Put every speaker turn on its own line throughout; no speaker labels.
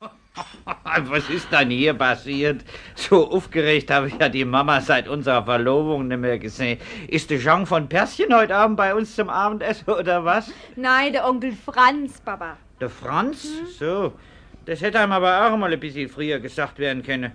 was ist denn hier passiert? So aufgeregt habe ich ja die Mama seit unserer Verlobung nicht mehr gesehen. Ist die Jean von Persien heute Abend bei uns zum Abendessen oder was?
Nein, der Onkel Franz, Papa.
Der Franz?
Mhm.
So. Das hätte einem aber auch mal ein bisschen früher gesagt werden können.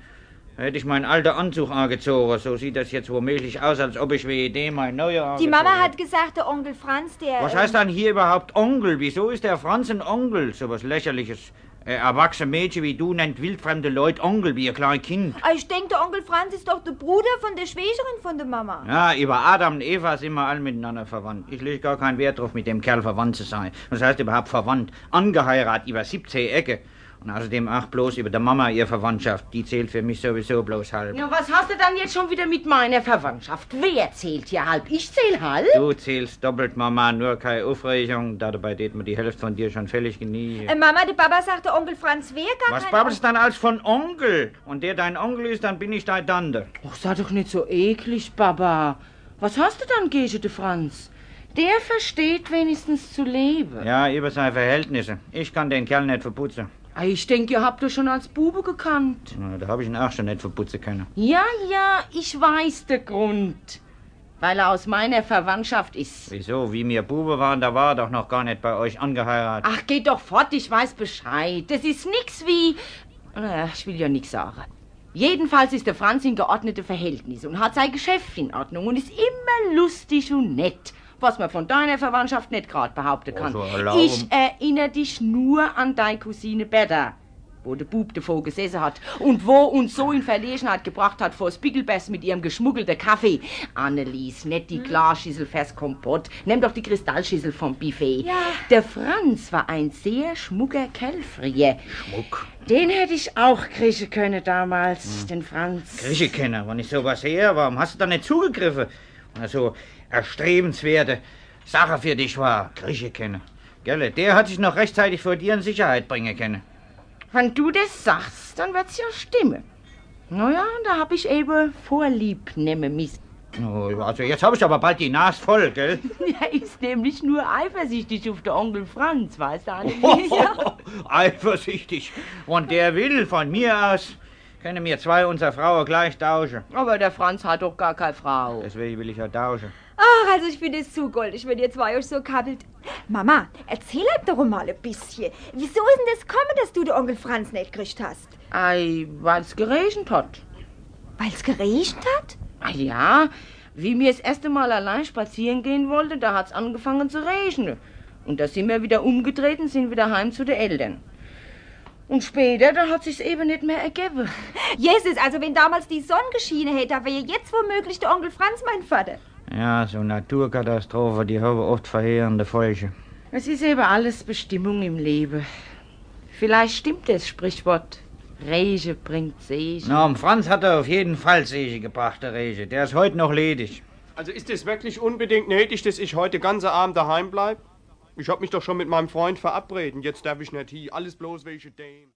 Da hätte ich meinen alten Anzug angezogen. So sieht das jetzt womöglich aus, als ob ich wie Idee mein neuer
Die Mama hat gesagt, der Onkel Franz, der...
Was
ähm,
heißt dann hier überhaupt Onkel? Wieso ist der Franz ein Onkel? So was Lächerliches. Ein erwachsene Mädchen wie du nennt wildfremde Leute Onkel wie ihr kleines Kind.
Ah, Ich denke, der Onkel Franz ist doch der Bruder von der Schwägerin von der Mama.
Ja, über Adam und Eva sind wir alle miteinander verwandt. Ich lege gar keinen Wert drauf, mit dem Kerl verwandt zu sein. Das heißt überhaupt verwandt. Angeheiratet über 17 Ecke. Und außerdem auch bloß über der Mama ihr Verwandtschaft. Die zählt für mich sowieso bloß halb.
Ja, was hast du dann jetzt schon wieder mit meiner Verwandtschaft? Wer zählt hier halb? Ich zähl halb?
Du zählst doppelt, Mama, nur keine Aufregung. Da dabei tät mir die Hälfte von dir schon völlig genie.
Äh, Mama, der Papa sagt, der Onkel Franz wäre gar
Was
kein
babbelst dann als von Onkel? Und der dein Onkel ist, dann bin ich dein Tante.
Ach, sei doch nicht so eklig, Baba. Was hast du dann gegen den Franz? Der versteht wenigstens zu leben.
Ja, über seine Verhältnisse. Ich kann den Kerl nicht verputzen.
Ah, Ich denke, ihr habt euch schon als Bube gekannt.
Na, Da hab ich ihn auch schon nicht verputzen können.
Ja, ja, ich weiß den Grund. Weil er aus meiner Verwandtschaft ist.
Wieso? Wie wir Bube waren, da war er doch noch gar nicht bei euch angeheiratet.
Ach, geht doch fort, ich weiß Bescheid. Das ist nix wie... Na, Ich will ja nix sagen. Jedenfalls ist der Franz in geordnete Verhältnisse und hat sein Geschäft in Ordnung und ist immer lustig und nett. Was man von deiner Verwandtschaft nicht gerade behaupten kann.
Also erlauben-
ich erinnere dich nur an deine Cousine Beda, wo der Bub davor gesessen hat und wo uns so in Verlegenheit gebracht hat vor Spiegelbess mit ihrem geschmuggelten Kaffee. Annelies, nicht die Glasschüssel fürs Kompott, nimm doch die Kristallschüssel vom Buffet.
Ja.
Der Franz war ein sehr schmucker Kerl früher.
Schmuck.
Den hätte ich auch kriechen können damals, den Franz.
Grieche kennen, wenn ich sowas her, warum hast du da nicht zugegriffen? Wenn er so erstrebenswerte Sache für dich war. Grieche kennen. Gelle, der hat sich noch rechtzeitig vor dir in Sicherheit bringen können.
Wenn du das sagst, dann wird's ja stimmen. Naja, da hab ich eben Vorlieb nehmen müssen.
Oh, Also jetzt hab ich aber bald die Nase voll, gell?
Er ist nämlich nur eifersüchtig auf den Onkel Franz, weißt du, Annelies?
Eifersüchtig. Und der will von mir aus, können mir zwei unserer Frauen gleich tauschen.
Aber der Franz hat doch gar keine Frau.
Deswegen will ich ja tauschen.
Ach, also ich finde es zu goldig, wenn ihr zwei euch so kabbelt. Mama, erzähl halt doch mal ein bisschen. Wieso ist denn das kommen, dass du den Onkel Franz nicht gekriegt hast?
Ei, weil's geregnet hat.
Weil es geregnet hat?
Ah ja, wie wir das erste Mal allein spazieren gehen wollten, da hat's angefangen zu regnen. Und da sind wir wieder umgedreht und sind wieder heim zu den Eltern. Und später, da hat sich's eben nicht mehr ergeben.
Jesus, also wenn damals die Sonne geschienen hätte, da wäre jetzt womöglich der Onkel Franz mein Vater.
Ja, so Naturkatastrophen, die haben oft verheerende Folgen.
Es ist eben alles Bestimmung im Leben. Vielleicht stimmt das Sprichwort. Rege bringt Segen.
Na, um Franz hat er auf jeden Fall Seche gebracht, der Reche. Der ist heute noch ledig.
Also ist es wirklich unbedingt nötig, dass ich heute ganze Abend daheim bleib? Ich hab mich doch schon mit meinem Freund verabreden. Jetzt darf ich nicht hier. Alles bloß welche dem.